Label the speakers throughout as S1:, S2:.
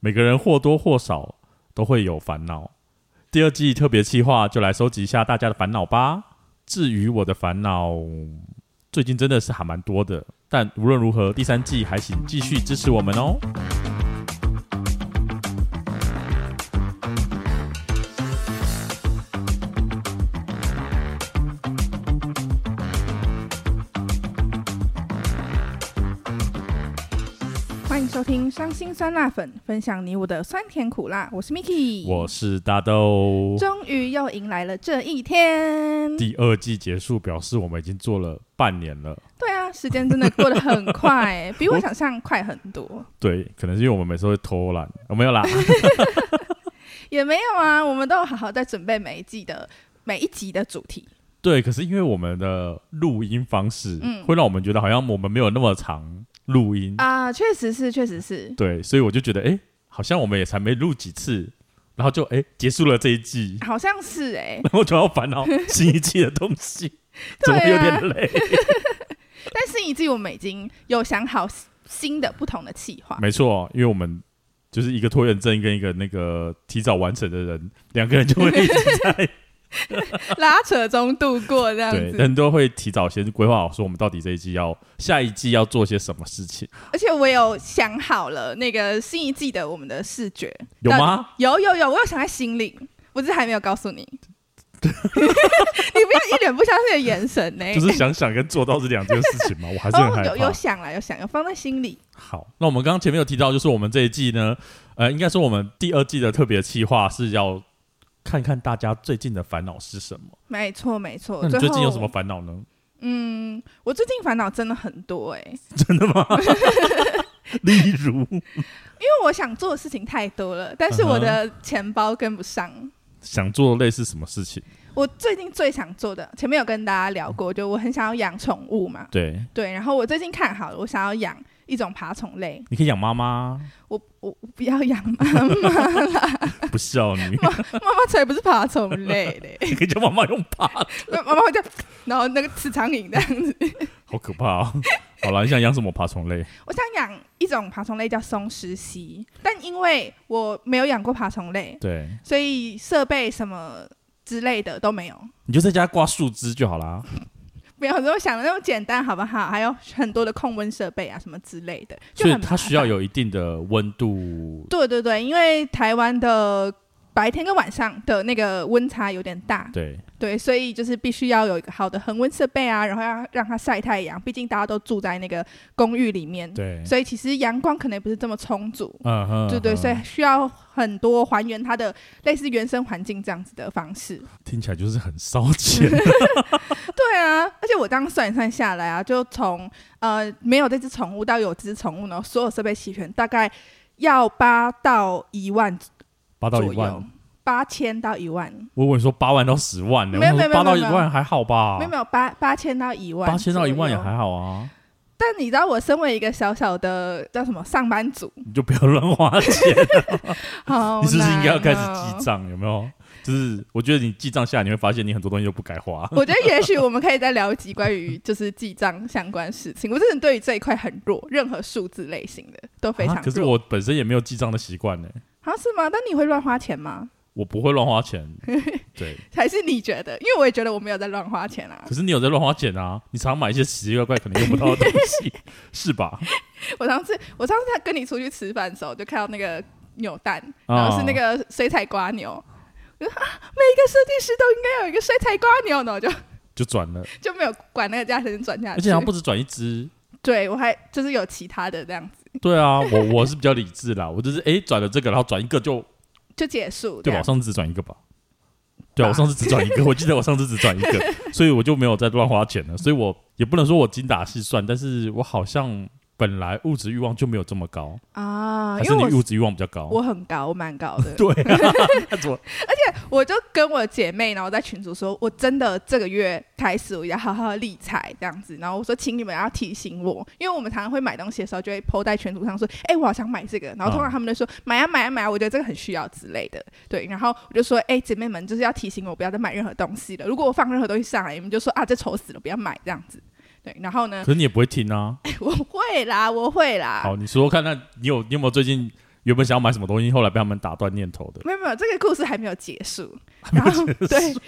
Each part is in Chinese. S1: 每个人或多或少都会有烦恼。第二季特别企划就来收集一下大家的烦恼吧。至于我的烦恼，最近真的是还蛮多的，但无论如何，第三季还请继续支持我们哦。
S2: 欢迎收听《伤心酸辣粉》，分享你我的酸甜苦辣。我是 Miki，
S1: 我是大豆。
S2: 终于又迎来了这一天。
S1: 第二季结束，表示我们已经做了半年了。
S2: 对啊，时间真的过得很快、 比我想象快很多。
S1: 对，可能是因为我们每次会偷懒，哦、没有啦。
S2: 也没有啊，我们都有好好在准备每一季的每一集的主题。
S1: 对，可是因为我们的录音方式，
S2: 嗯
S1: 会让我们觉得好像我们没有那么长录音。
S2: 啊，确实是，确实是，，
S1: 对，所以我就觉得，哎、好像我们也才没录几次，然后就哎、诶结束了这一季
S2: 好像是哎、
S1: 然后就要 烦恼新一季的东西，怎
S2: 对
S1: 么
S2: 啊
S1: 有点累？
S2: 但是一季我们已经有想好新的、不同的企划。
S1: 没错，因为我们就是一个拖延症跟一个那个提早完成的人，两个人就会一直 在
S2: 拉扯中度过这样
S1: 对，
S2: 子。
S1: 但都会提早先规划好，说我们到底这一季要下一季要做些什么事情，
S2: 而且我有想好了那个新一季的我们的视觉，
S1: 有吗？
S2: 有有有，我有想在心里，我只是还没有告诉你。 你不要一脸不相信的眼神呢、
S1: 就是想想跟做到是两件事情嘛，我还是很
S2: 哦，
S1: 害怕。
S2: 有有想啦，有想，有放在心里。
S1: 好，那我们刚刚前面有提到，就是我们这一季呢，呃，应该说我们第二季的特别企划是要看看大家最近的烦恼是什么。
S2: 没错没错。
S1: 那你最近
S2: 后
S1: 有什么？烦恼呢？
S2: 嗯，我最近烦恼真的很多哎、
S1: 真的吗？ 例如
S2: 因为我想做的事情太多了，但是我
S1: 嗯
S2: 的钱包跟不上。
S1: 想做类似什么事情？
S2: 我最近最想做的，前面有跟大家聊
S1: 嗯
S2: 过，就我很想要养宠物嘛，
S1: 对，
S2: 对，然后我最近看好了，我想要养一种爬虫类，
S1: 你可以养妈妈，
S2: 我我我不要养 妈妈，妈
S1: 不孝女，
S2: 妈才不是爬虫类嘞，
S1: 你可以叫妈妈用爬，
S2: 妈妈会这样，然后那个吃苍蝇这样子。
S1: 好可怕哦。好了，你想养什么爬虫类？
S2: 我想养一种爬虫类叫松狮蜥，但因为我没有养过爬虫类，
S1: 对，
S2: 所以设备什么之类的都没有。
S1: 你就在家挂树枝就好啦。
S2: 不要这么想的那么简单，好不好？还有很多的控温设备啊，什么之类的，就
S1: 所以
S2: 很麻
S1: 它
S2: 烦
S1: 需要有一定的温度。
S2: 对对对，因为台湾的白天跟晚上的那个温差有点大，
S1: 对，
S2: 对，所以就是必须要有一个好的恒温设备啊，然后要让它晒太阳，毕竟大家都住在那个公寓里面，
S1: 对，
S2: 所以其实阳光可能也不是这么充足，
S1: 嗯哼，
S2: 对对，
S1: 嗯
S2: 所以需要很多还原它的类似原生环境这样子的方式。
S1: 听起来就是很烧 钱。
S2: 对啊，而且我刚算一算下来啊，就从呃没有这只宠物到有这只宠物呢，所有设备齐全，大概要八到一万
S1: 八到
S2: 左
S1: 一万
S2: 右，，八千到一万，
S1: 我以为你说八万到十万呢，
S2: 没有
S1: 我想说
S2: 没有
S1: 八到一
S2: 没有没
S1: 万还好吧
S2: 没有？没有八八千到一万，
S1: 八千到一万也还。好啊，
S2: 但你知道，我身为一个小小的叫什么上班 族，
S1: 你就不要乱花钱。
S2: 好啊
S1: 你是不是应该要开始
S2: 难哦
S1: 记？账？有没有？就是我觉得你记账下来，你会发现你很多东西都不该 花。
S2: 我觉得也许我们可以再聊一集关于就是记账相关事情。我真的对于这一块很弱，任何数字类型的都非常
S1: 啊可是
S2: 弱。
S1: 我本身也没有记账的习惯呢，
S2: 啊，是吗？但你会乱花钱吗？
S1: 我不会乱花钱。对，
S2: 还是你觉得？因为我也觉得我没有在乱花钱啊
S1: 可，是你有在乱花钱啊？你常买一些奇奇怪怪可能用不到的东 西，是吧？
S2: 我上次我上次在跟你出去吃饭的时候，就看到那个扭蛋，
S1: 哦
S2: 然后是那个水彩瓜牛。我就说啊，每一个设计师都应该有一个水彩瓜牛呢，我 就
S1: 就转了，
S2: 就没有管那个价钱转下
S1: 而
S2: 去。
S1: 且好像不止转一只。
S2: 对我还就是有其他的这样子
S1: 对啊，我 我是比较理智啦，我就是哎转了这个，然后转一个就
S2: 就结束。
S1: 对
S2: 这
S1: 吧？
S2: 样
S1: 我上次只转一个吧。对啊，我上次只转一个，我 记得我上次只转一个，所以我就没有再乱花钱了。所以我也不能说我精打细算，但是我好像本来物质欲望就没有这么高，
S2: 啊，
S1: 还
S2: 因
S1: 是
S2: 为
S1: 你
S2: 我
S1: 物质欲望比较高？。
S2: 我很高，我蛮高的
S1: 哦 对 啊，那怎么
S2: 我就跟我姐妹，然后在群组说，我真的这个月开始我要好好理财这样子。然后我说，请你们要提醒我，因为我们常常会买东西的时候，就会 PO 在群组上说，哎、我好想买这个。然后通常他们就说，买啊买啊买啊，我觉得这个很需要之类的。对，然后我就说，哎、姐妹们就是要提醒我不要再买任何东西了。如果我放任何东西上来，你们就说啊，这丑死了，不要买这样子。对，然后呢
S1: 可，是你也不会听啊。
S2: 我会啦，我会啦。
S1: 好，你说说看，那你有你有没有最近原本想要买什么东西，后来被他们打断念头的。
S2: 没有没有，这个故事还没有结束。然后对，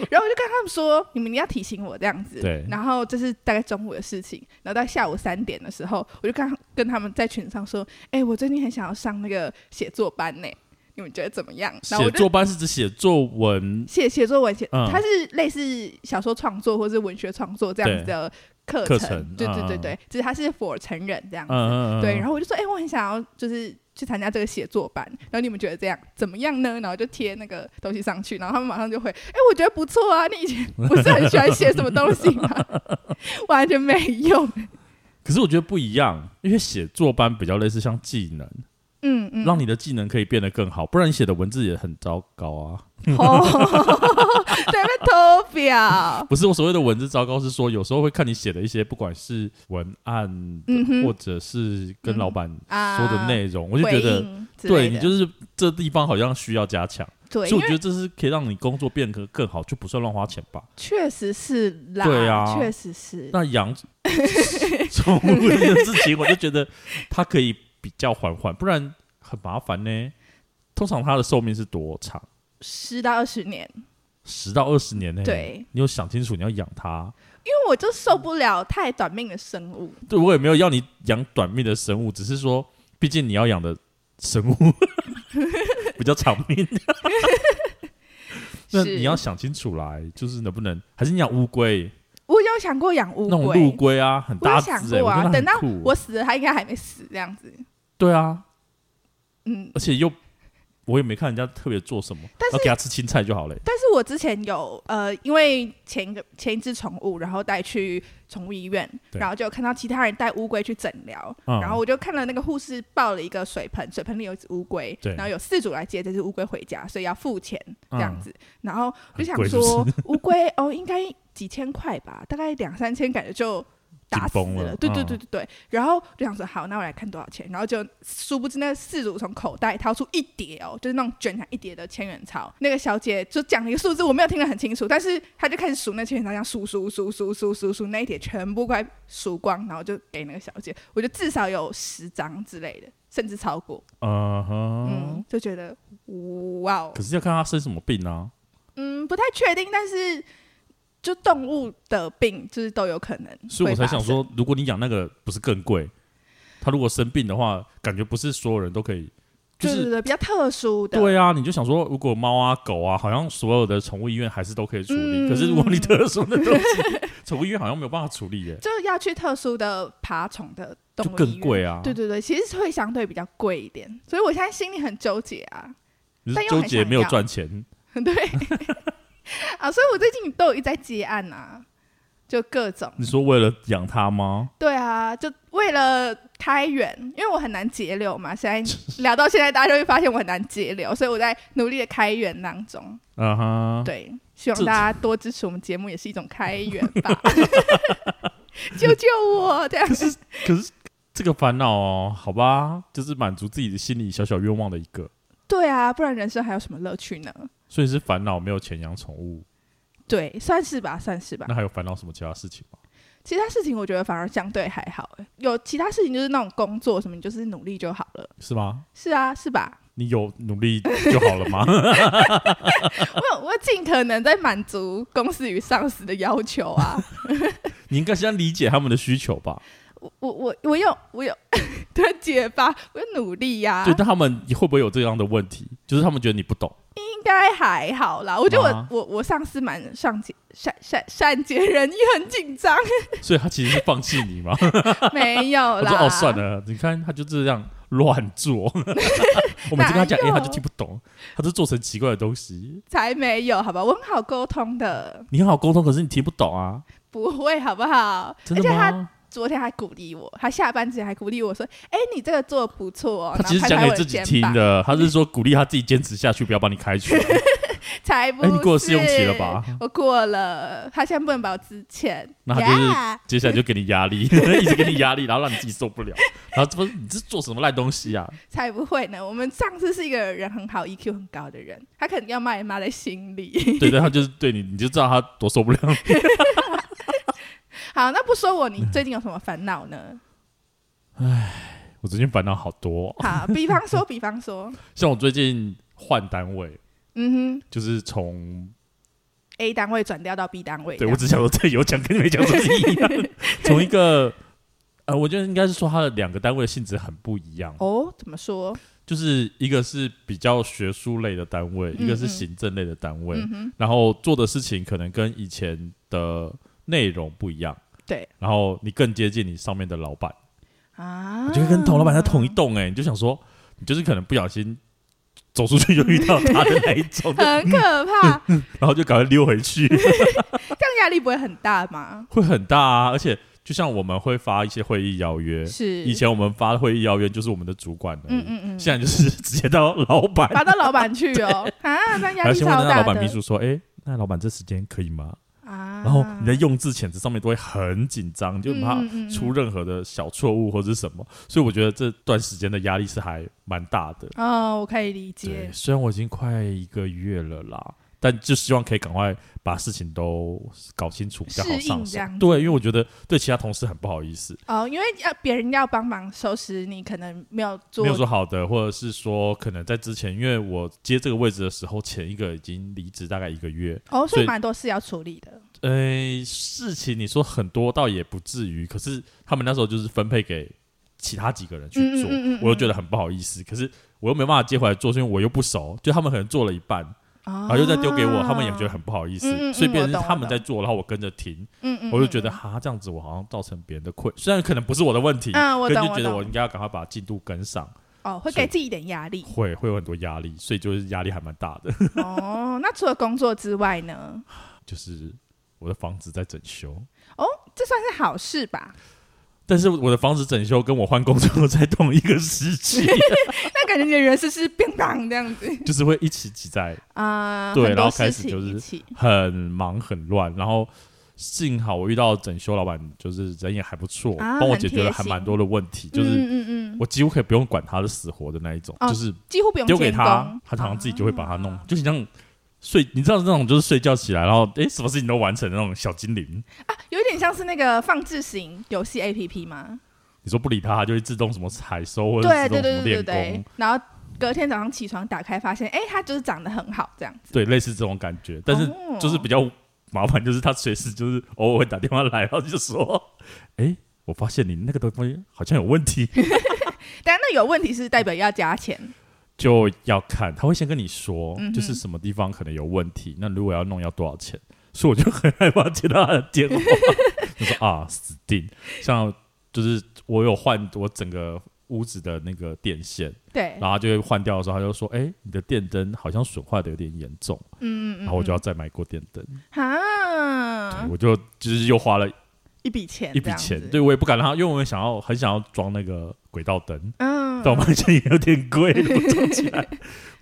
S2: 然后我就跟他们说，你们要提醒我这样子。
S1: 对
S2: 然后这是大概中午的事情，然后到下午三点的时候，我就跟他跟他们在群上说，哎、我最近很想要上那个写作班呢、你们觉得怎么样？然
S1: 写
S2: 后我就
S1: 作班是指写作文，
S2: 写写作文写，
S1: 嗯
S2: 它是类似小说创作或是文学创作这样子的课
S1: 课
S2: 程。
S1: 程
S2: 对对
S1: 嗯
S2: 对
S1: 嗯
S2: 对，只是它是 for 成人这样
S1: 嗯
S2: 子。
S1: 嗯嗯，
S2: 对，然
S1: 后
S2: 后我就说，哎、我很想要就是去参加这个写作班，然后你们觉得这样怎么样呢？然后就贴那个东西上去，然后他们马上就会，哎、我觉得不错啊，你以前不是很喜欢写什么东西吗？ 完全没用，
S1: 可是我觉得不一样，因为写作班比较类似像技能，
S2: 嗯嗯，
S1: 让你的技能可以变得更好，不然你写的文字也很糟糕啊。
S2: 哦，对被偷表，
S1: 不是我所谓的文字糟糕，是说有时候会看你写的一些，不管是文案，
S2: 嗯哼
S1: 或者是跟老板
S2: 啊，
S1: 说的内容，我就觉得，对
S2: 对
S1: 你就是这地方好像需要加强，所
S2: 对，
S1: 以
S2: 因
S1: 我觉得
S2: 为
S1: 这是可以让你工作变得更好，就不算乱花钱吧。
S2: 确实是啦，
S1: 对啊
S2: 确实是，
S1: 那 养宠物这件事情，我就觉得它可以比较缓缓，不然很麻烦呢。通常它的寿命是多长？
S2: 十到二十年，
S1: 十到二十年呢？，
S2: 对，
S1: 你有想清楚你要养它。
S2: 因为我就受不了太短命的生物，
S1: 对我也没有要你养短命的生物，只是说，毕竟你要养的生 物比较长命。那
S2: 是
S1: 你要想清楚来，就是能不能，还是你养乌龟
S2: 我有想过养乌
S1: 那种
S2: 龟，
S1: 陆龟啊，很
S2: 我有
S1: 大只
S2: 想
S1: 哎、
S2: 过
S1: 我觉
S2: 啊，
S1: 得
S2: 等
S1: 它
S2: 到
S1: 很酷。
S2: 我死了，他应该还没死这样子。
S1: 对啊，
S2: 嗯，
S1: 而且又我也没看人家特别做什么，
S2: 但
S1: 然后给它吃青菜就好了欸、
S2: 但是我之前有呃，因为前一个前一只宠物，然后带去宠物医院，
S1: 对
S2: 然后就有看到其他人带乌龟去诊疗，
S1: 嗯
S2: 然后我就看了那个护士抱了一个水盆，水盆里有一只乌龟，
S1: 对
S2: 然后有四组来接这只乌龟回家，所以要付钱这样子。然后我就想
S1: 嗯很贵
S2: 说，乌龟哦，应该几千块吧，大概两三千，感觉就。打死
S1: 紧绷了
S2: 对对
S1: 嗯
S2: 对对对，然后就想说好，那我来看多少钱，然后就殊不知那四组从口袋掏出一叠哦，就是那种卷成一叠的千元钞。那个小姐就讲了一个数字，我没有听得很清楚，但是她就开始数那千元钞，这样数数数数数数数，那一叠全部快数光，然后就给那个小姐，我就至少有十张之类的，甚至超过，
S1: 嗯哼，
S2: 嗯，就觉得哇哦
S1: 可，是要看它生什么病啊。
S2: 嗯，不太确定，但是就动物的病就是都有可能，
S1: 所以我才想，说，如果你养那个，不是更贵？它如果生病的话，感觉不是所有人都可以，就
S2: 对对
S1: 是
S2: 对，比较特殊的，
S1: 对啊，你就想说，如果猫啊、狗啊，好像所有的宠物医院还是都可以处理，
S2: 嗯
S1: 可是如果你特殊的东西， 宠物医院好像没有办法处理耶，
S2: 就要去特殊的爬虫的动
S1: 就
S2: 物医
S1: 更
S2: 院
S1: 贵啊。
S2: 对对对，其实会相对比较贵一点，所以我现在心里很纠结啊，
S1: 你
S2: 但
S1: 是
S2: 又
S1: 纠
S2: 很
S1: 结
S2: 想
S1: 没有
S2: 要
S1: 赚钱，
S2: 对 啊，所以我最近都有一直在接案啊，就各种
S1: 你说为了养它吗？
S2: 对啊，就为了开源，因为我很难节流嘛，现在聊到现在大家就会发现我很难节流，所以我在努力的开源当中，
S1: 啊哈，
S2: 对，希望
S1: 这
S2: 大家多支持我们节目，也是一种开源吧， 救救我这样子，
S1: 可是这个烦恼哦，好吧，就是满足自己的心里小小愿望的一个，
S2: 对啊，不然人生还有什么乐趣呢？
S1: 所以是烦恼没有钱养宠物，
S2: 对，算是吧，算是吧。
S1: 那还有烦恼什么其他事情吗？
S2: 其他事情我觉得反而相对还好、欸，有其他事情就是那种工作什么，你就是努力就好了。
S1: 是吗？
S2: 是啊，是吧？
S1: 你有努力就好了吗？
S2: 我我尽可能在满足公司与上司的要求啊。
S1: 你应该先理解他们的需求吧。
S2: 我我我我有我有， 对结巴，我有努力呀、
S1: 对，但他们会不会有这样的问题？就是他们觉得你不懂，
S2: 应该还好啦。我觉得我、
S1: 吗
S2: 我我上司蛮上节善善善解人意，很 紧张。
S1: 所以他其实是放弃你嘛。
S2: 没有
S1: 我
S2: 啦，
S1: 说哦，算了，你看他就这样乱做。 我每次跟他讲，
S2: 哪
S1: 哎、
S2: 有
S1: 他就听不懂，他就做成奇怪的东西。
S2: 才没有，好吧，我很好沟通的，
S1: 你很好沟通，可是你听不懂啊，
S2: 不会好不好？
S1: 真的
S2: 而且他
S1: 吗？
S2: 昨天还鼓励我，他下班之前还鼓励我说：“哎、你这个做的不错哦。”
S1: 他其实讲
S2: 然后拍拍
S1: 给
S2: 我
S1: 自己
S2: 肩
S1: 听
S2: 膀，
S1: 的，他是说鼓励他自己坚持下去，不要把你开 除。
S2: 才不
S1: 哎
S2: 是、
S1: 你过了试用期了吧？
S2: 我过了，他现在不能把我资遣。
S1: 那他就是
S2: Yeah
S1: 接下来就给你压力， 一直给你压力，然后让你自己受不了。然后这不是你是做什么烂东西啊？
S2: 才不会呢。我们上司是一个人很好、EQ 很高的人，他可能要骂也骂在心里。
S1: 对对，他就是对你，你就知道他多受不了。嗯
S2: 好，那不说我，你最近有什么烦恼呢？
S1: 我最近烦恼好多哦，
S2: 好，比方说，比方说，
S1: 像我最近换单位，
S2: 嗯哼
S1: 就是从
S2: ，A 单位转调到 B 单位这
S1: 对
S2: 样，
S1: 我只想说这有讲跟没讲都是一 样，从一个呃，我觉得应该是说它的两个单位的性质很不一样，
S2: 哦，怎么说？
S1: 就是一个是比较学术类的单位，
S2: 嗯
S1: 一个是
S2: 嗯
S1: 行政类的单位，
S2: 嗯哼，
S1: 然后做的事情可能跟以前的内容不一样，
S2: 对
S1: 然后你更接近你上面的老板，
S2: 啊，
S1: 我觉得跟董老板在同一栋哎、你就想说，你就是可能不小心走出去就遇到他的那一 种，就
S2: 很可怕，
S1: 然后就赶快溜回去，
S2: 这样压力不会很大吗？
S1: 会很大啊。而且就像我们会发一些会议邀约，
S2: 是，
S1: 以前我们发会议邀约就是我们的主管而已
S2: 嗯嗯嗯，
S1: 现在就是直接到老板，
S2: 发到老板去哦，啊，这样
S1: 还
S2: 压
S1: 要
S2: 力
S1: 先
S2: 超
S1: 问那
S2: 大
S1: 老
S2: 的。
S1: 板秘书说，哎、那老板这时间可以吗？
S2: 啊，
S1: 然后你在用字遣词上面都会很紧张，就很怕
S2: 嗯嗯嗯嗯
S1: 出任何的小错误或者是什么，所以我觉得这段时间的压力是还蛮大的。
S2: 哦，我可以理
S1: 对
S2: 解，，
S1: 虽然我已经快一个月了啦，但就希望可以赶快把事情都搞清楚，比较好
S2: 适应
S1: 上
S2: 这
S1: 手
S2: 样。子
S1: 对，因为我觉得对其他同事很不好意思，
S2: 哦，因为要别人要帮忙收拾，你可能没有做
S1: 没有说好的，或者是说可能在之前，因为我接这个位置的时候，前一个已经离职大概一个月，
S2: 哦，
S1: 所
S2: 所
S1: 以
S2: 以蛮多事要处理的。
S1: 呃，事情你说很多倒也不至于，可是他们那时候就是分配给其他几个人去做，
S2: 嗯嗯嗯嗯嗯
S1: 我又觉得很不好意思，可是我又没办法接回来做，是因为我又不熟，就他们可能做了一半，
S2: 然
S1: 然后又再丢给我，他们也觉得很不好意思，
S2: 啊嗯嗯嗯
S1: 所以变成
S2: 我
S1: 是
S2: 懂
S1: 他们在做，然后我跟着停，
S2: 嗯嗯，
S1: 我就觉得
S2: 嗯
S1: 哈这样子我好像造成别人的愧，虽然可能不是我的问题，
S2: 嗯，我
S1: 可是
S2: 懂，
S1: 就觉得我
S2: 我
S1: 应
S2: 懂
S1: 该要赶快把进度跟上，
S2: 哦，会
S1: 所以
S2: 给自己一点压力
S1: 会会有很多压力，所以就是压力还蛮大的，
S2: 哦。那除了工作之外呢？
S1: 就是我的房子在整修。
S2: 哦这算是好事吧？
S1: 但是我的房子整修跟我换工作 在同一个时 期，
S2: 那感觉你的人生是变当这样子
S1: 就是会一起挤在
S2: 啊，
S1: 对
S2: 很多
S1: 然后开
S2: 事
S1: 始就
S2: 情
S1: 是
S2: 一起
S1: 很忙很乱，然后幸好我遇到整修老板，就是人也还不错，
S2: 啊
S1: 帮、我解决了还蛮多的问题，就
S2: 嗯
S1: 是
S2: 嗯嗯嗯，
S1: 我几乎可以不用管他的死活的那一种，
S2: 哦
S1: 就是
S2: 几乎不用
S1: 丢给
S2: 监
S1: 他
S2: 工，啊
S1: 他常常自己就会把它弄，就是像睡，你知道那种就是睡觉起来，然后诶、什么事情都完成的那种小精灵。
S2: 啊，有点像是那个放置型游戏 A P P 吗？
S1: 你说不理他，它就会自动什么采收或者
S2: 对
S1: 自
S2: 对
S1: 动什么
S2: 对对对
S1: 练功，
S2: 对，然后隔天早上起床打开发现，哎，它就是长得很好这样子。
S1: 对类似这种感觉，但是
S2: 哦
S1: 就是比较麻烦，就是他随时就是偶尔会打电话来，然后就说：“哎、我发现你那个东西好像有问 题，
S2: 但那有问题是代表要加钱，
S1: 就要看。”他会先跟你说
S2: 嗯，哼
S1: 就是什么地方可能有问题，那如果要弄要多少钱？所以我就很害怕接到他的电话，就说 啊，死定！像就是我有换我整个屋子的那个电线，
S2: 对
S1: 然，后他就会换掉的时候，他就说：“哎、你的电灯好像损坏的有点严重。”
S2: 嗯嗯嗯，
S1: 然后我就要再买过电灯，对
S2: 啊，
S1: 我就就是又花了
S2: 一笔钱，
S1: 一笔钱，，对我也不敢让他，因为我们想要很想要装那个轨道灯，
S2: 嗯，
S1: 但我发现也有点 贵，我装起来，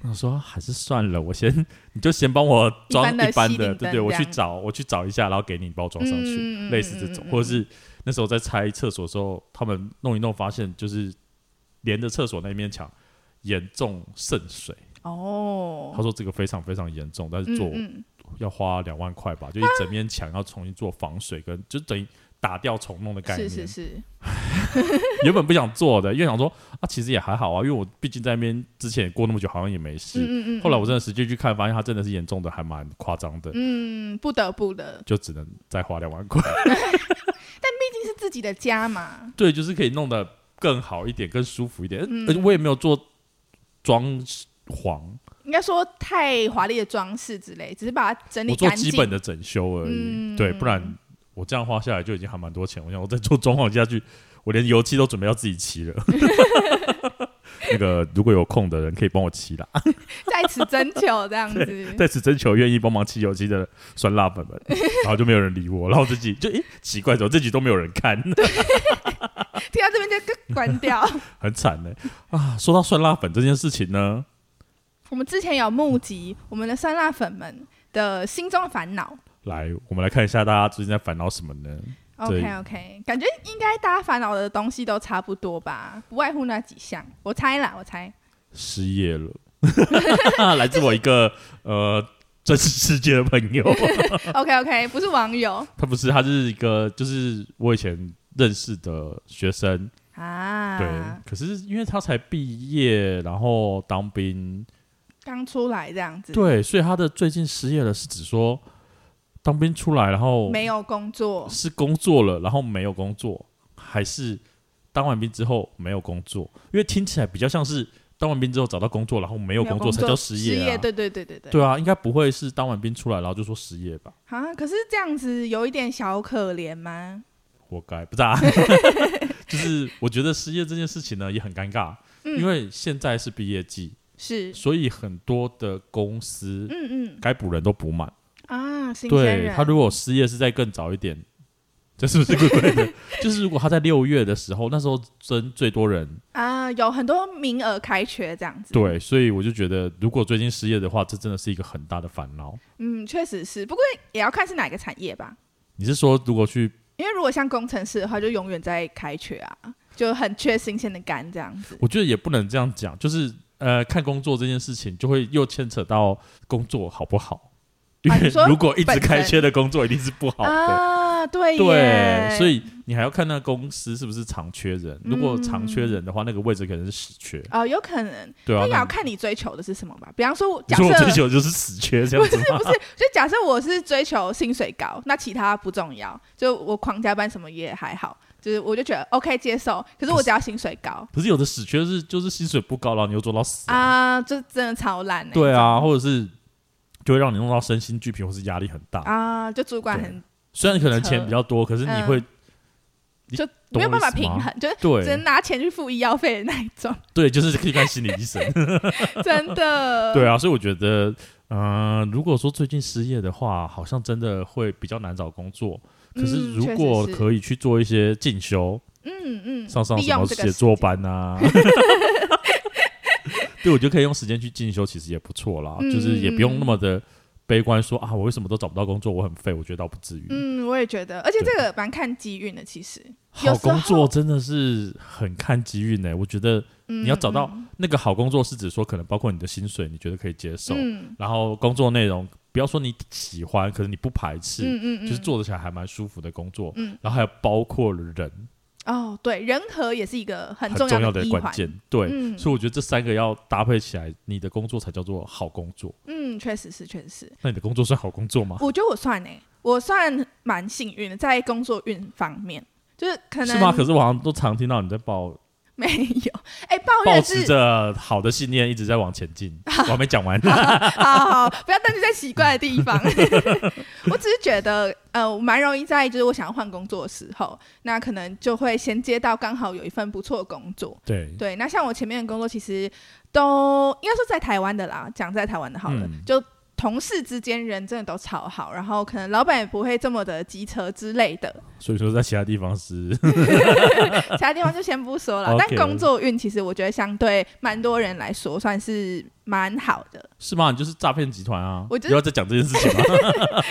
S1: 我想说还是算了，我先你就先帮我装
S2: 一般的
S1: 一般
S2: 吸
S1: 的，
S2: 顶
S1: 对
S2: 灯
S1: 对，我
S2: 这
S1: 去
S2: 样
S1: 找我去找一下，然后给你包装上去，
S2: 嗯
S1: 类似这种，
S2: 嗯嗯嗯嗯
S1: 或者是那时候在拆厕所的时候，他们弄一弄发现就是连着厕所那面墙严重渗水，
S2: 哦，
S1: 他说这个非常非常严重，但是做
S2: 嗯啊
S1: 要花两万块吧，就一整面墙要重新做防水跟就等于打掉重弄的
S2: 嗯
S1: 概
S2: 是
S1: 念，
S2: 是是，
S1: 原本不想做的，因为想说啊，其实也还好啊，因为我毕竟在那边之前也过那么久，好像也没事。
S2: 嗯嗯嗯，
S1: 后来我真的实际去看，发现它真的是严重的，还蛮夸张的，
S2: 嗯不得不的，
S1: 就只能再花两万块。
S2: 毕竟是自己的家嘛，
S1: 对，就是可以弄得更好一点，更舒服一点。
S2: 嗯
S1: 而且我也没有做装潢，
S2: 应该说太华丽的装饰之类，只是把它整理
S1: 我做
S2: 干
S1: 基
S2: 净，
S1: 本的整修而已。
S2: 嗯
S1: 对，不然我这样花下来就已经还蛮多钱。我想我再做装潢下去，我连油漆都准备要自己漆了。 那个如果有空的人可以帮我漆啦。啊
S2: 在此征求这 样子，
S1: 在此征求愿意帮忙漆油漆的酸辣粉们，然后就没有人理我，然后我自己就诶、奇怪，怎么这集都没有人看，
S2: 听到这边就咯关掉。
S1: 很惨呢、啊！说到酸辣粉这件事情呢，
S2: 我们之前有募集我们的酸辣粉们的心中的烦恼。
S1: 来我们来看一下大家最近在烦恼什么呢？对
S2: OK OK，感觉应该大家烦恼的东西都差不多吧，不外乎那几项。我猜啦，我猜。
S1: 失业了， 来自我一个呃真实世界的朋友，啊
S2: OK OK，不是网友
S1: 他不是，他是一个就是我以前认识的学生，
S2: 啊，
S1: 对，可是因为他才毕业，然后当兵，
S2: 刚出来这样子，，
S1: 对，所以他的最近失业了是指说当兵出来，然后
S2: 没有工作，
S1: 是工作了，然后没有工作，还是当完兵之后没有工作？因为听起来比较像是当完兵之后找到工作，然后没
S2: 没
S1: 有工作才叫失
S2: 失
S1: 业啊。
S2: 对对对对对，
S1: 对啊，应该不会是当完兵出来然后就说失业吧？
S2: 啊，可是这样子有一点小可怜吗？
S1: 活该，不是啊？ 就是我觉得失业这件事情呢也很尴尬，
S2: 嗯
S1: 因为现在是毕业季，
S2: 是，
S1: 所以很多的公司
S2: 嗯嗯
S1: 该补人都补满。
S2: 啊，新鲜
S1: 对
S2: 人，
S1: 他如果失业是在更早一点， 这是不是不对 的？就是如果他在六月的时候，那时候真最多人，
S2: 啊，有很多名额开缺这样子，，
S1: 对，所以我就觉得如果最近失业的话，这真的是一个很大的烦恼。
S2: 嗯，确实是，不过也要看是哪个产业吧，
S1: 你是说如果去？
S2: 因为如果像工程师的话，就永远在开缺啊，就很缺新鲜的肝这样子，
S1: 我觉得也不能这样讲，就是呃，看工作这件事情就会又牵扯到工作好不好，因
S2: 啊
S1: 为
S2: 你说
S1: 如果一直
S2: 本身
S1: 开缺的工作一定是不好的。
S2: 啊，对耶
S1: 哦对，所以你还要看那公司是不是常缺人。
S2: 嗯
S1: 如果常缺人的话，那个位置可能是死缺。
S2: 啊、有可能，
S1: 对啊，
S2: 那也
S1: 那
S2: 要看你追求的是什么吧。比方说，
S1: 你
S2: 假
S1: 说我追
S2: 设
S1: 求就是死缺这样子吗？
S2: 不是，就假设我是追求薪水高，那其他不重要，就我狂加班什么也还好，就是我就觉得 OK 接受。可是我只要薪水高
S1: 可是有的死缺是就是薪水不高，然后你又做到死、
S2: 啊，就真的超烂、欸。
S1: 对啊，或者是就会让你弄到身心俱疲，或是压力很大。
S2: 啊，就主管很
S1: 虽然可能钱比较多，可是你会、你
S2: 就
S1: 懂
S2: 没有
S1: 我
S2: 办法
S1: 意思
S2: 平
S1: 吗
S2: 衡，就是只
S1: 对
S2: 能拿钱去付医药费的那一 种，
S1: 对，就是可以看心理医 生。
S2: 真的。
S1: 对啊，所以我觉得，嗯、如果说最近失业的话，好像真的会比较难找工作。可是
S2: 嗯
S1: 如
S2: 确实
S1: 果
S2: 是
S1: 可以去做一些进修，
S2: 嗯嗯，
S1: 上上
S2: 利
S1: 什
S2: 用
S1: 么
S2: 这个
S1: 写
S2: 时
S1: 作
S2: 间
S1: 班 啊。对，我觉得可以用时间去进修，其实也不错啦，
S2: 嗯
S1: 就是也不用那么的悲观说，啊，我为什么都找不到工作，我很废，我觉得倒不至于。
S2: 嗯，我也觉得，而且
S1: 对
S2: 这个蛮看机运的，其实。有
S1: 好
S2: 时
S1: 工作
S2: 候
S1: 真的是很看机遇呢，我觉得
S2: 你
S1: 你要找
S2: 嗯
S1: 到那个好工作是指说，可能包括你的薪水，你觉得可以接受，
S2: 嗯
S1: 然后工作内容不要说你喜欢，可是你不排斥，
S2: 嗯嗯，
S1: 就是
S2: 嗯
S1: 做得起来还蛮舒服的工作，
S2: 嗯
S1: 然后还有包括人
S2: 哦，对，人和也是一个很
S1: 很
S2: 重
S1: 重要
S2: 的
S1: 的
S2: 一
S1: 关
S2: 环。
S1: 键，对，
S2: 嗯
S1: 所以我觉得这三个要搭配起来，你的工作才叫做好工作。
S2: 嗯，确实是，确实是。
S1: 那你的工作算好工作吗？
S2: 我觉得我算呢、我算蛮幸运的，在工作运方面，就是可能
S1: 是吗？可是我好像都常听到你在抱
S2: 没有。哎、抱
S1: 抱
S2: 怨
S1: 持
S2: 是
S1: 着好的信念一直在往前 进，我还没讲完。
S2: 好好，不要但是在奇怪的 地方。我只是觉得，呃，我蛮容易在就是我想要换工作的时候，那可能就会衔接到刚好有一份不错的工作。
S1: 对，
S2: 对，那像我前面的工作，其实都应该说在台湾的啦，讲在台湾的好了，
S1: 嗯
S2: 就同事之间人真的都超好，然后可能老板也不会这么的机车之类的，
S1: 所以说在其他地方是，
S2: 其他地方就先不说了。
S1: OK
S2: 但工作运其实我觉得相对蛮多人来说算是蛮好的。
S1: 是吗？你就是诈骗集团啊！
S2: 我就是
S1: 又要再讲这件事情 吗？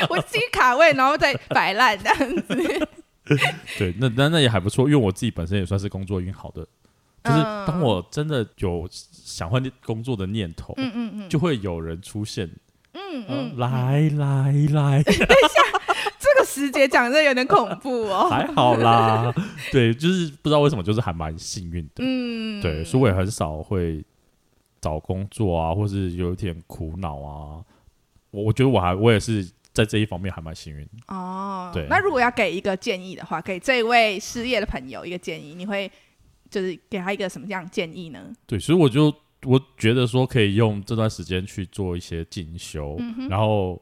S2: 我自己卡位，然后再摆烂这样 子。
S1: 对，那那那也还不错，因为我自己本身也算是工作运好的，就是
S2: 嗯
S1: 当我真的有想换工作的念头，
S2: 嗯嗯嗯，
S1: 就会有人出现，
S2: 嗯
S1: 嗯
S2: 嗯，，
S1: 来来来，
S2: 这个时节讲真的有点恐怖哦。
S1: 还好啦， 对，就是不知道为什么，就是还蛮幸运的，
S2: 嗯，
S1: 对，所以我也很少会找工作啊，或是有一点苦恼啊，我我觉得我还我也是在这一方面还蛮幸运，
S2: 哦，
S1: 对
S2: 那如果要给一个建议的话，给这位失业的朋友一个建议，你会就是给他一个什么样的建议呢？
S1: 对，所以我就我觉得说可以用这段时间去做一些进修，
S2: 嗯
S1: 然后。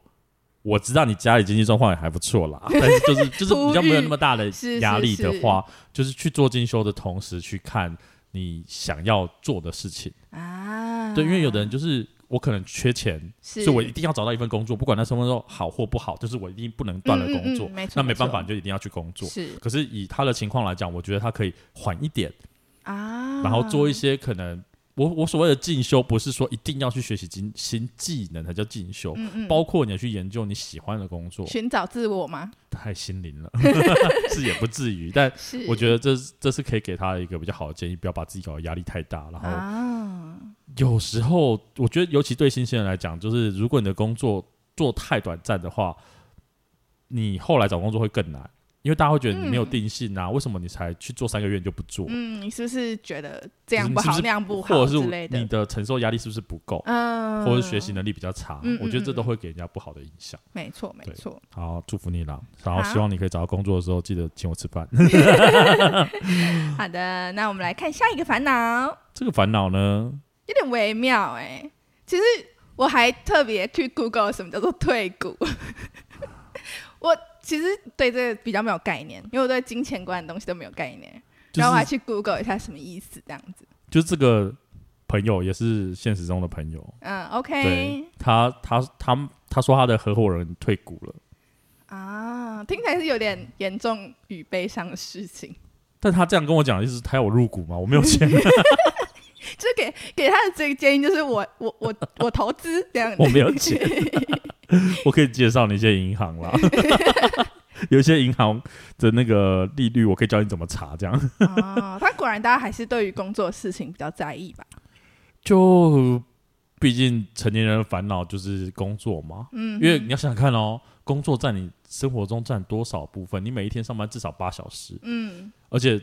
S1: 我知道你家里经济状况也还不错 啦，但是就是就是比较没有那么大的
S2: 是是
S1: 压力的
S2: 是
S1: 话，就是去做进修的同时去看你想要做的事情。
S2: 啊，
S1: 对，因为有的人就是我可能缺钱，
S2: 是
S1: 所以我一定要找到一份工作，不管那什么时候好或不好，就是我一定不能断了工作。
S2: 嗯嗯嗯没错
S1: 那没办法，你就一定要去工作。
S2: 是
S1: 可是以他的情况来讲，我觉得他可以缓一点，
S2: 啊，
S1: 然后做一些可能。我我所谓的进修，不是说一定要去学习新新技能才叫进修，
S2: 嗯嗯，
S1: 包括你要去研究你喜欢的工作，
S2: 寻找自我吗？
S1: 太心灵 了，是也不至于。但
S2: 是，
S1: 我觉得这是这是可以给他一个比较好的建议，不要把自己搞得哦压力太大，然后
S2: 啊，
S1: 有时候，我觉得尤其对新鲜人来讲，就是如果你的工作做太短暂的话，你后来找工作会更难。因为大家会觉得你没有
S2: 嗯
S1: 定性啊，为什么你才去做三个月你就不做？
S2: 嗯，你是不是觉得这样
S1: 你
S2: 不
S1: 是不
S2: 好
S1: 是
S2: 那样不好
S1: 或者
S2: 之类
S1: 是你
S2: 的？
S1: 的承受压力是不是不够，
S2: 嗯，
S1: 或者是学习能力比较差？
S2: 嗯嗯
S1: 我觉得这
S2: 嗯
S1: 都会给人家不好的影响。
S2: 没错，没
S1: 对
S2: 错。
S1: 好，祝福你啦！然后
S2: 好
S1: 希望你可以找到工作的时候，记得请我吃饭。
S2: 好的，那我们来看下一个烦恼，
S1: 这个烦恼呢，
S2: 有点微妙哎、其实我还特别去 Google 什么叫做退股， 我其实对这个比较没有概念，因为我对金钱观的东西都没有概念。
S1: 就
S2: 然后我还
S1: 是
S2: 去 Google 一下什么意思，这样子。
S1: 就是这个朋友也是现实中的朋友，
S2: 嗯
S1: 对
S2: ，OK，
S1: 他他他他说他的合伙人退股了，
S2: 啊，听起来是有点严重与悲伤的事情，
S1: 但他这样跟我讲，就是他要我入股嘛，我没有钱，
S2: 就是给给他的这个建议就是我 我我我投资这样子
S1: 我。没有钱，我可以介绍你一些银行啦。有一些银行的那个利率，我可以教你怎么查，这样
S2: 哦，他果然大家还是对于工作的事情比较在意吧？
S1: 就毕竟成年人的烦恼就是工作嘛，
S2: 嗯，
S1: 因为你要想想看哦，工作占你生活中占多少部分？你每一天上班至少八小时，
S2: 嗯
S1: 而且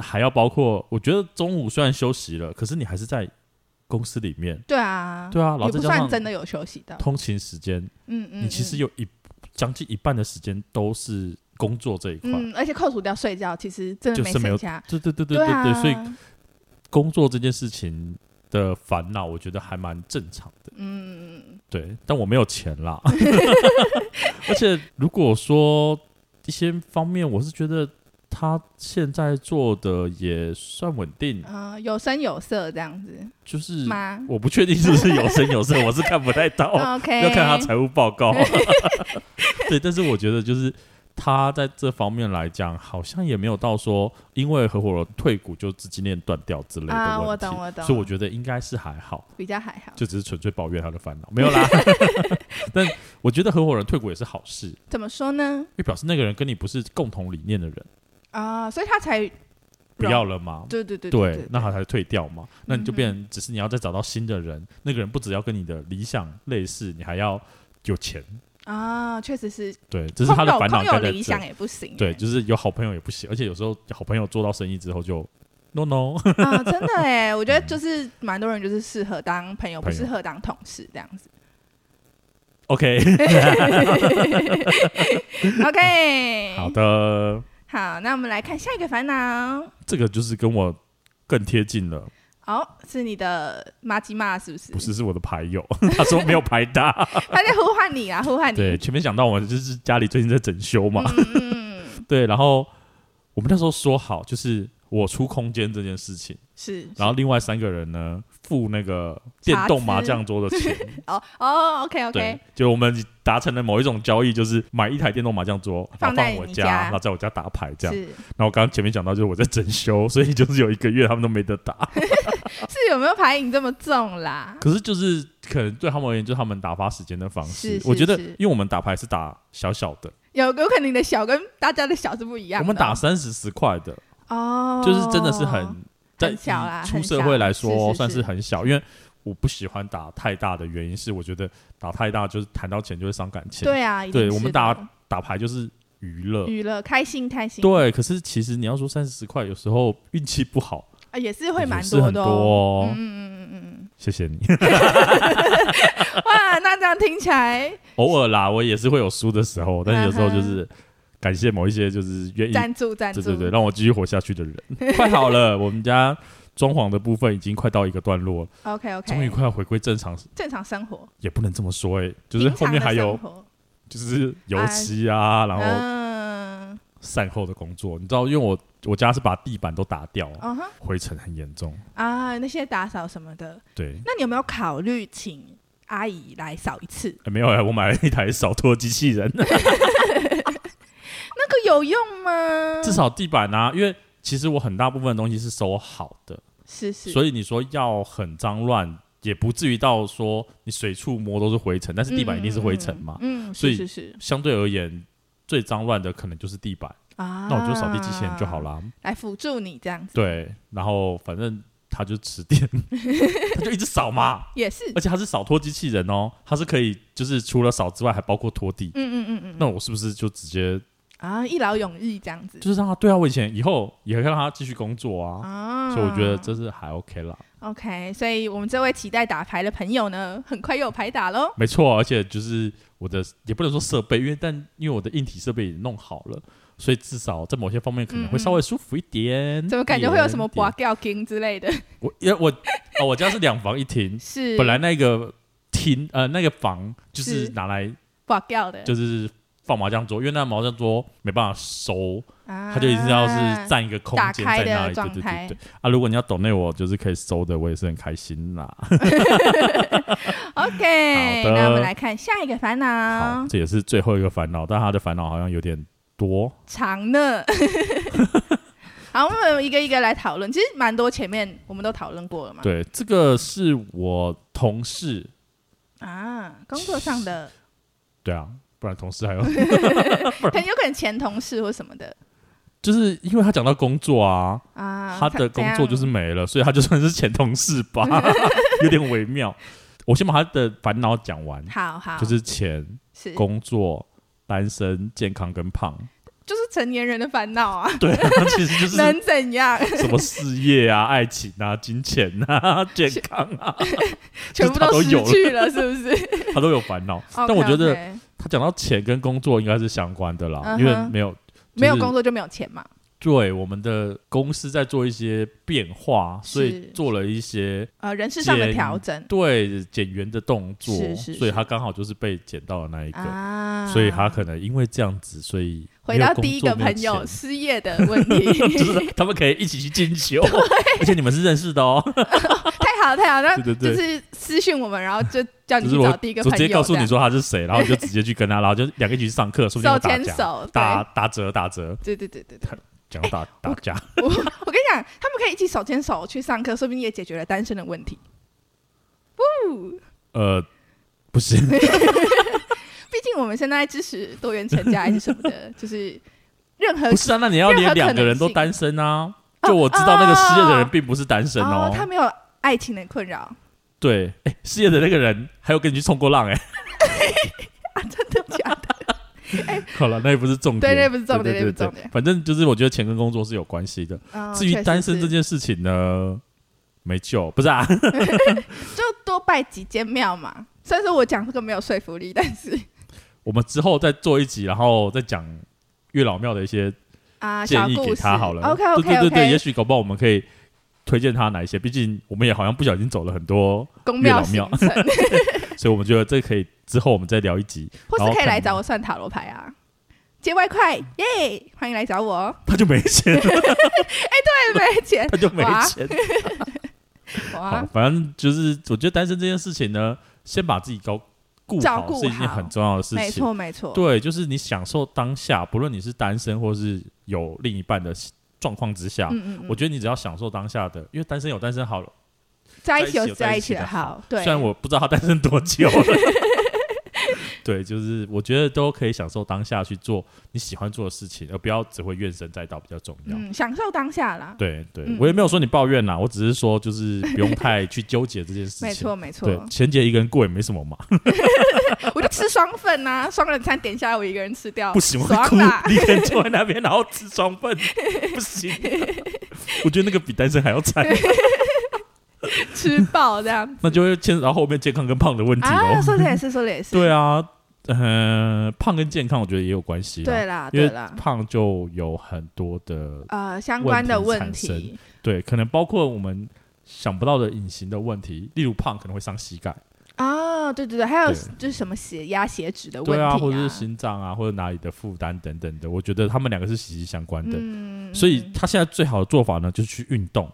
S1: 还要包括，我觉得中午虽然休息了，可是你还是在公司里面，
S2: 对啊，
S1: 对啊，然后
S2: 也
S1: 再
S2: 不
S1: 加
S2: 算
S1: 上
S2: 真的有休息到。
S1: 通勤时间，
S2: 嗯嗯，
S1: 你其实
S2: 嗯
S1: 有一将近一半的时间都是工作这一块。
S2: 嗯，而且扣除掉睡觉，其实真的
S1: 就
S2: 没
S1: 是没有
S2: 剩下。
S1: 对对对对对
S2: 对
S1: 对，
S2: 啊，
S1: 所以工作这件事情的烦恼，我觉得还蛮正常的。
S2: 嗯，
S1: 对，但我没有钱 啦。而且如果说一些方面，我是觉得他现在做的也算稳定，
S2: 啊、有声有色这样子
S1: 就是
S2: 吗
S1: 我不确定是不是有声有色，我是看不太 到，
S2: ？OK，
S1: 哦要看他财务报告。
S2: 哎
S1: 对，但是我觉得就是他在这方面来讲，好像也没有到说因为合伙人退股就资金链断掉之类的问题。
S2: 啊我懂我懂
S1: 所以我觉得应该是还好，
S2: 比较还好。
S1: 就只是纯粹抱怨他的烦恼，没有 啦。但我觉得合伙人退股也是好事，因
S2: 怎么说呢？
S1: 为表示那个人跟你不是共同理念的人，
S2: 啊、所以他才
S1: 不要了嘛。
S2: 对对对
S1: 对
S2: 对，
S1: 那他才退掉嘛。那你就变成只是你要再找到新的人，那个人不只要跟你的理想类似，你还要有钱。
S2: 啊，确实是，
S1: 对，这
S2: 空
S1: 是他的
S2: 有
S1: 烦恼
S2: 空有
S1: 在在
S2: 理想
S1: 这。
S2: 也不行欸，
S1: 对，就是有好朋友也不行，而且有时候好朋友做到生意之后就 no no，
S2: 啊，真的哎，我觉得就是蛮多人就是适合当朋友，不
S1: 朋友
S2: 适合当同事这样子。
S1: OK，
S2: OK，
S1: 好，的，
S2: 好，那我们来看下一个烦恼。
S1: 这个就是跟我更贴近了，
S2: 哦，是你的马吉玛是不是？
S1: 不是是我的牌友， 他说没有牌 搭。
S2: 他在呼唤你啊，呼唤你。
S1: 对，前面讲到我就是家里最近在整修嘛，
S2: 嗯，嗯嗯，
S1: 对，然后我们那时候说好就是我出空间这件事情。
S2: 是。
S1: 然后另外三个人呢付那个电动麻将桌的钱，
S2: 哦哦，OK
S1: 对
S2: OK，，
S1: 就我们达成了某一种交易，就是买一台电动麻将桌，然
S2: 放
S1: 后
S2: 在
S1: 放我
S2: 你
S1: 家，
S2: 家
S1: 然后在我家打牌这样。
S2: 是
S1: 然后我刚刚前面讲到，就是我在整修， 所以就是有一个月他们都没得打。
S2: 是有没有牌瘾这么重啦？
S1: 可是就是可能对他们而言，就是他们打发时间的方式。
S2: 是是
S1: 我觉得
S2: 是，
S1: 因为我们打牌是打小小的，
S2: 有有可能你的小跟大家的小是不一样
S1: 我
S2: 的哦。
S1: 们打三十十块的，
S2: 哦，
S1: 就是真的是很在
S2: 很小啦
S1: 以
S2: 很
S1: 出社
S2: 小
S1: 会来
S2: 是
S1: 说
S2: 是
S1: 算
S2: 是
S1: 是很小，因为我不喜欢打太大的原因是，我觉得打太大就是谈到钱就会伤感情。
S2: 对啊，一定
S1: 对
S2: 是
S1: 我们
S2: 的
S1: 打打牌就是娱乐。
S2: 娱乐开心开心，
S1: 对，可是其实你要说三十块，有时候运气不好
S2: 啊，也是会蛮
S1: 也是
S2: 多
S1: 很
S2: 的
S1: 多
S2: 哦。
S1: 哦。
S2: 嗯嗯嗯嗯
S1: 谢谢你，
S2: 嗯，哇，那这样听起来
S1: 偶尔啦，我也是会有输的时候，但是有时候就是感谢某一些就是愿意
S2: 嗯赞助赞助，
S1: 对对对，让我继续活下去 的人。快好了，我们家装潢的部分已经快到一个段落了，
S2: o k
S1: 终于
S2: OK，
S1: 快要回归正常，
S2: 正常生活，
S1: 也不能这么说哎、就是
S2: 平
S1: 后
S2: 常的
S1: 面
S2: 生活
S1: 还有就是油漆啊，然后
S2: 嗯，
S1: 善后的工作，你知道，因为我我家是把地板都打掉，
S2: 嗯哼
S1: 灰尘很严重，
S2: 啊，那些打扫什么的，
S1: 对。
S2: 那你有没有考虑请阿姨来扫一次？
S1: 呃没有、欸，我买了一台扫拖机器 人，
S2: 那个有用吗？
S1: 至少地板啊，因为其实我很大部分的东西是收好的，
S2: 是是，
S1: 所以你说要很脏乱，也不至于到说你随处摸都是灰尘，但是地板一定是灰尘嘛，
S2: 嗯，嗯，嗯
S1: 所以
S2: 是是是
S1: 相对而言。最脏乱的可能就是地板，
S2: 啊，
S1: 那我就扫地机器人就好，啦。
S2: 来辅助你这样子，
S1: 对，然后反正它就吃电， 它就一直扫嘛。
S2: 也是，
S1: 而且它是扫拖机器人哦，它是可以就是除了扫之外还包括拖地。
S2: 嗯嗯嗯嗯，
S1: 那我是不是就直接
S2: 啊，一劳永逸这样子
S1: 就是让他对啊，我以前以后也会让他继续工作啊，
S2: 啊
S1: 所以我觉得这是还 OK 啦。
S2: OK，所以我们这位期待打牌的朋友呢，很快又有牌打喽。
S1: 没错，啊而且就是我的也不能说设备，因为但因为我的硬体设备也弄好了，所以至少在某些方面可能会稍微舒服一点。
S2: 嗯怎么感觉会有什么
S1: 点
S2: 拔掉金之类的？
S1: 我因为我哦，我家是两房一厅，
S2: 是
S1: 本来那个厅呃那个房就是
S2: 是
S1: 拿来
S2: 拔掉的，
S1: 就是放麻将桌，因为那麻将桌没办法收，
S2: 啊
S1: 它就一定要是占一个空
S2: 打
S1: 间在
S2: 开的
S1: 那里。对
S2: 状
S1: 对
S2: 态
S1: 对对啊，如果你要懂内我，就是可以收的，我也是很开心啦。
S2: OK，
S1: 好的
S2: 那我们来看下一个烦
S1: 好
S2: 恼，，
S1: 这也是最后一个烦恼，但他的烦恼好像有点多。
S2: 长呢。 好，我们一个一个来讨论。其实蛮多前面我们都讨论过了嘛。
S1: 对，这个是我同事，
S2: 啊，工作上的
S1: 对啊，不然同事还有，
S2: 很有可能前同事或什么的
S1: 就是因为他讲到工作啊，
S2: 啊。
S1: 他的工作就是
S2: 怎样
S1: 没了，所以他就算是前同事吧， 有点微妙。我先把他的烦恼讲完，
S2: 好好，
S1: 就是钱、
S2: 是
S1: 工作、单身、健康跟 胖。
S2: 就是成年人的烦恼啊，
S1: 对啊，其实 就是
S2: 能怎样？
S1: 什么事业啊、爱情啊、金钱啊、 健康啊，
S2: 全部都
S1: 都
S2: 失
S1: 有了
S2: 去了，是不是？
S1: 他都有烦
S2: 哦
S1: 恼。 但我觉得
S2: OK，OK
S1: 他讲到钱跟工作应该是相关的啦，
S2: 嗯哼
S1: 因为没有
S2: 没有
S1: 就是
S2: 工作就没有钱嘛。
S1: 对我们的公司在做一些变化，
S2: 是
S1: 所以做了一些
S2: 呃，人事上的
S1: 减
S2: 调整
S1: 对减员的动作，
S2: 是是
S1: 所以
S2: 是
S1: 他刚好就是被减到的那一个，
S2: 啊，
S1: 所以他可能因为这样子，所以
S2: 回
S1: 没
S2: 到
S1: 有工作
S2: 第一个
S1: 没有
S2: 朋友
S1: 钱。
S2: 失业的 问
S1: 就
S2: 题，
S1: 是他啊们可以一起去进修， 而且你们是认识的哦。
S2: 太好了太好了，那
S1: 对对对
S2: 就是私讯我们，然后就
S1: 就
S2: 叫哦你
S1: 是
S2: 去
S1: 我
S2: 找第一个
S1: 我
S2: 朋友，
S1: 直接告诉你说他是谁，然后你就直接去跟他，然后就两个一起去上课，说
S2: 这
S1: 不定
S2: 样手
S1: 会打
S2: 牵
S1: 架，
S2: 手，
S1: 打打折打折，
S2: 对对对对对对，
S1: 讲到打打架。
S2: 哎我我跟你讲，他们可以一起手牵手去上课，说不定也解决了单身的问题。
S1: 呃，不是，
S2: 毕竟我们现在支持多元成家还是什么 的，就是任何
S1: 不是啊，那你要连两个人都单身啊。就我知道那个失业的人并不是单身
S2: 哦
S1: 哦，，
S2: 他没有爱情的困扰。
S1: 对，哎、失业的那个人还有跟你去冲过浪哎、
S2: 真的假的？
S1: 好了，那也不是重点，
S2: 对那也不是重点
S1: 对
S2: 那
S1: 对
S2: 也不是
S1: 对
S2: 重点
S1: 反正就是我觉得钱跟工作是有关系的。
S2: 嗯
S1: 至于单身这，
S2: 确实
S1: 件事情呢，没救，不是啊，
S2: 是就多拜几间庙嘛。虽然说我讲这个没有说服力，但是
S1: 我们之后再做一集，然后再讲月老庙的一些
S2: 啊，小
S1: 建议
S2: 故
S1: 给
S2: 事
S1: 他好了。
S2: OK OK
S1: 对
S2: OK，
S1: 对对对，也许搞不好我们可以推荐他哪一些，毕竟我们也好像不小心走了很多，
S2: 宫
S1: 月
S2: 庙
S1: 老
S2: 行
S1: 庙
S2: 程，
S1: 所以我们觉得这可以之后我们再聊一集，
S2: 或
S1: 然
S2: 是
S1: 后
S2: 可以
S1: 看
S2: 来找我算塔罗牌啊。接外快耶！欢迎来 找我，
S1: 他就没钱了，
S2: 对没钱
S1: 他就没
S2: 哇
S1: 钱。好
S2: 哇，，
S1: 反正就是我觉得单身这件事情呢，先把自己高顾
S2: 照
S1: 好
S2: 顾
S1: 是一件
S2: 好
S1: 很重要的事
S2: 没
S1: 情。
S2: 错没错，
S1: 对，就是你享受当下，不论你是单身或是有另一半的状况之下，
S2: 嗯嗯
S1: 啊我
S2: 嗯，
S1: 觉得你只要享受当下的，因为单身有单身好了。
S2: 在一
S1: 在一
S2: 起有
S1: 起有
S2: 在
S1: 在
S2: 一
S1: 一
S2: 起
S1: 起
S2: 的
S1: 的
S2: 好，对，
S1: 虽然我不知道他单身多久了， 对，就是我觉得都可以享受当下去做你喜欢做的事情，而不要只会怨声载道比较重要。
S2: 嗯享受当下啦，
S1: 对对，
S2: 嗯
S1: 我也没有说你抱怨啦，我只是说就是不用太去纠结这件事情。
S2: 没错没错，
S1: 对，钱姐一个人过也没什么嘛，
S2: 我就吃双份啊， 双人餐点下来我一个人吃掉，
S1: 不行，我会哭
S2: 哦爽啦，，
S1: 你一个人坐在那边，然后吃双 份，不行，我觉得那个比单身还要 惨，
S2: 吃爆 这样
S1: 那就会牵扯到后面健康跟胖的问题
S2: 啊，
S1: 哦。
S2: 说的也是，说的也是，
S1: 对啊，呃，胖跟健康我觉得也有关系啦，
S2: 对啦
S1: 因为
S2: 对啦，
S1: 胖就有很多的
S2: 呃，相关的问
S1: 问题
S2: 题，
S1: 对，可能包括我们想不到的隐形的问题，例如胖可能会伤膝盖，
S2: 啊，对对对，还有
S1: 对
S2: 就是什么血压、血脂的
S1: 对
S2: 问题、
S1: 啊，或者是心脏啊，或者哪里的负担等等的，我觉得他们两个是息息相关的。
S2: 嗯
S1: 所以
S2: 嗯
S1: 他现在最好的做法呢，就是去运动。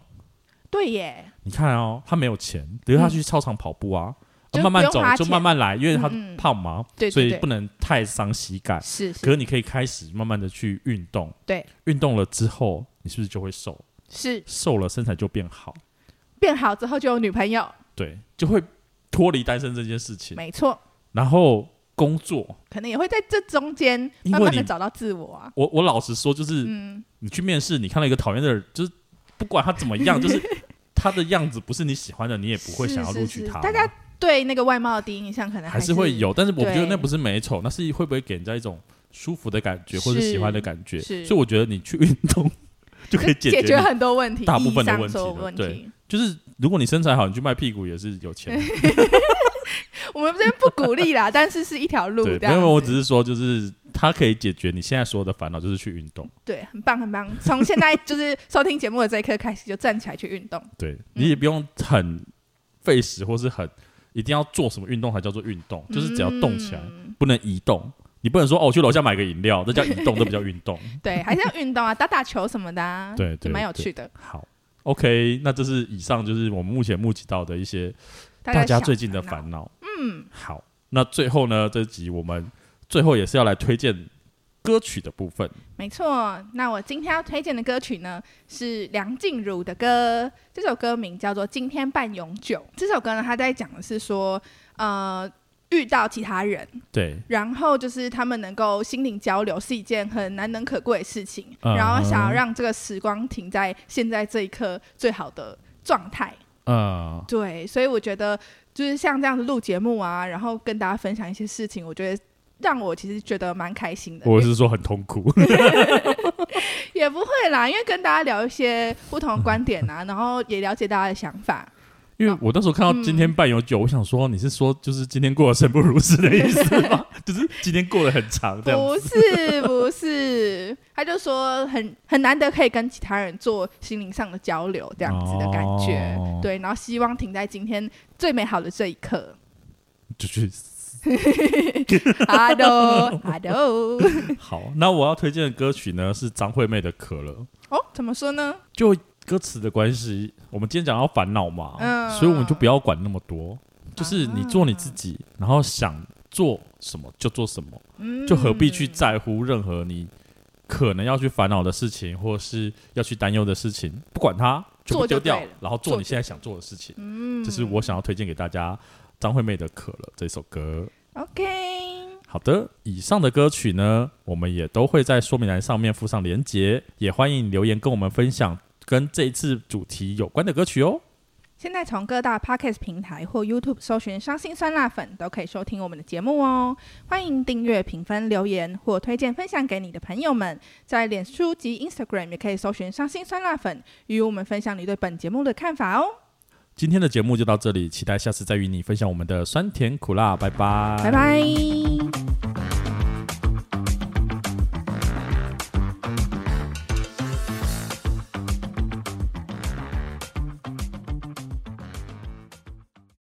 S2: 对耶，
S1: 你看哦，他没有钱，比如他去操场跑步啊，
S2: 嗯就
S1: 啊慢慢
S2: 不
S1: 走
S2: 用花，
S1: 就
S2: 钱
S1: 慢慢来，因为他
S2: 嗯嗯
S1: 胖嘛，
S2: 对对
S1: 所以
S2: 对
S1: 不能太伤膝盖。
S2: 是
S1: 可
S2: 是
S1: 是你可以开始慢慢的去运动，
S2: 对，
S1: 运动了之后，你是不是就会瘦？
S2: 是，
S1: 瘦了身材就变好，
S2: 变好之后就有女朋友，
S1: 对，就会脱离单身这件事情。
S2: 没错，
S1: 然后工作，
S2: 可能也会在这中间
S1: 因
S2: 慢
S1: 为
S2: 慢的
S1: 你
S2: 找到自我啊，
S1: 我我老实说，就是
S2: 嗯，
S1: 你去面试，你看到一个讨厌的人，就是 不管他怎么样，就是他的样子不是你喜欢的，你也不会想要
S2: 是
S1: 录
S2: 是
S1: 取
S2: 是
S1: 他嘛。
S2: 大家对那个外貌的第一印象可能
S1: 还
S2: 是
S1: 是会，有，但是我
S2: 对
S1: 觉得那不是美丑，那是会不会给人家一种舒服的感觉，或者
S2: 是
S1: 喜欢的感觉？
S2: 是
S1: 所以我觉得你去运 动就可以解
S2: 解
S1: 决
S2: 决
S1: 你
S2: 很多问题，
S1: 大部分的
S2: 意义上
S1: 问题
S2: 所有
S1: 了
S2: 问
S1: 对
S2: 题。
S1: 就是如果你身材好，你去卖屁股也是有钱的。
S2: 我们这边不鼓励啦，但是是一条路。
S1: 对，
S2: 这
S1: 没
S2: 样
S1: 有，我
S2: 子
S1: 只是说，就是它可以解决你现在所有的烦恼，就是去运动。
S2: 对，很棒很棒。从现在就是收听节目的这一刻开始，就站起来去运动。
S1: 对你也不用很费时，或是很一定要做什么运动才叫做运动，就是只要动起来，
S2: 嗯
S1: 不能移动。你不能说哦，我去楼下买个饮料，这叫移动，这不叫运 动。
S2: 对，还是要运动啊，打打球什么的、啊，
S1: 对对
S2: 就蛮有趣的。
S1: 好，OK，那这是以上就是我们目前募集到的一些大家
S2: 家
S1: 最近的
S2: 烦恼，
S1: 烦恼。
S2: 嗯，
S1: 好，那最后呢，这集我们最后也是要来推荐歌曲的部分。
S2: 没错。那我今天要推荐的歌曲呢，是梁静茹的歌，这首歌名叫做《今天半永久》。这首歌呢，它在讲的是说，呃，遇到其他人，
S1: 对，
S2: 然后就是他们能够心灵交流是一件很难能可贵的事情，
S1: 嗯
S2: 然后想要让这个时光停在现在这一刻最好的状态。
S1: 嗯，
S2: 对，所以我觉得就是像这样子录节目啊，然后跟大家分享一些事情，我觉得让我其实觉得蛮开心的。
S1: 我是说很痛 苦。
S2: 也不会啦，因为跟大家聊一些不同的观点啊，然后也了解大家的想法。
S1: 因为我那时候看到今天半永久，我想说你是说就是今天过得生不如死的意思 吗？就是今天过得很长这样
S2: 不是不是，他就说很很难得可以跟其他人做心灵上的交流，这样子的感觉。
S1: 哦
S2: 对，然后希望停在今天最美好的这一刻。
S1: 就去
S2: Hello Hello，
S1: 好。那我要推荐的歌曲呢是张惠妹的《可乐》，
S2: 哦，怎么说呢？
S1: 就歌词的关系，我们今天讲到烦恼嘛，
S2: 嗯啊
S1: 所以我们就不要管那么多，就是你做你自己，然后想做什么就做什么，
S2: 嗯，
S1: 就何必去在乎任何你可能要去烦恼的事情，或是要去担忧的事情，不管它，全部
S2: 做就
S1: 丢掉
S2: 对了，
S1: 然后做
S2: 做就
S1: 你现在想做的事情。
S2: 嗯
S1: 这是我想要推荐给大家张惠妹的《可乐》这首歌。
S2: OK。
S1: 好的，以上的歌曲呢，我们也都会在说明栏上面附上连结，也欢迎留言跟我们分享跟这一次主题有关的歌曲哦。
S2: 现在从各大 podcast 平台或 YouTube 搜寻“伤心酸辣粉”，都可以收听我们的节目哦。欢迎订阅、评分、留言或推荐分享给你的朋友们。在脸书及 Instagram 也可以搜寻“伤心酸辣粉”，与我们分享你对本节目的看法哦。
S1: 今天的节目就到这里，期待下次再与你分享我们的酸甜苦辣，拜拜，
S2: 拜拜。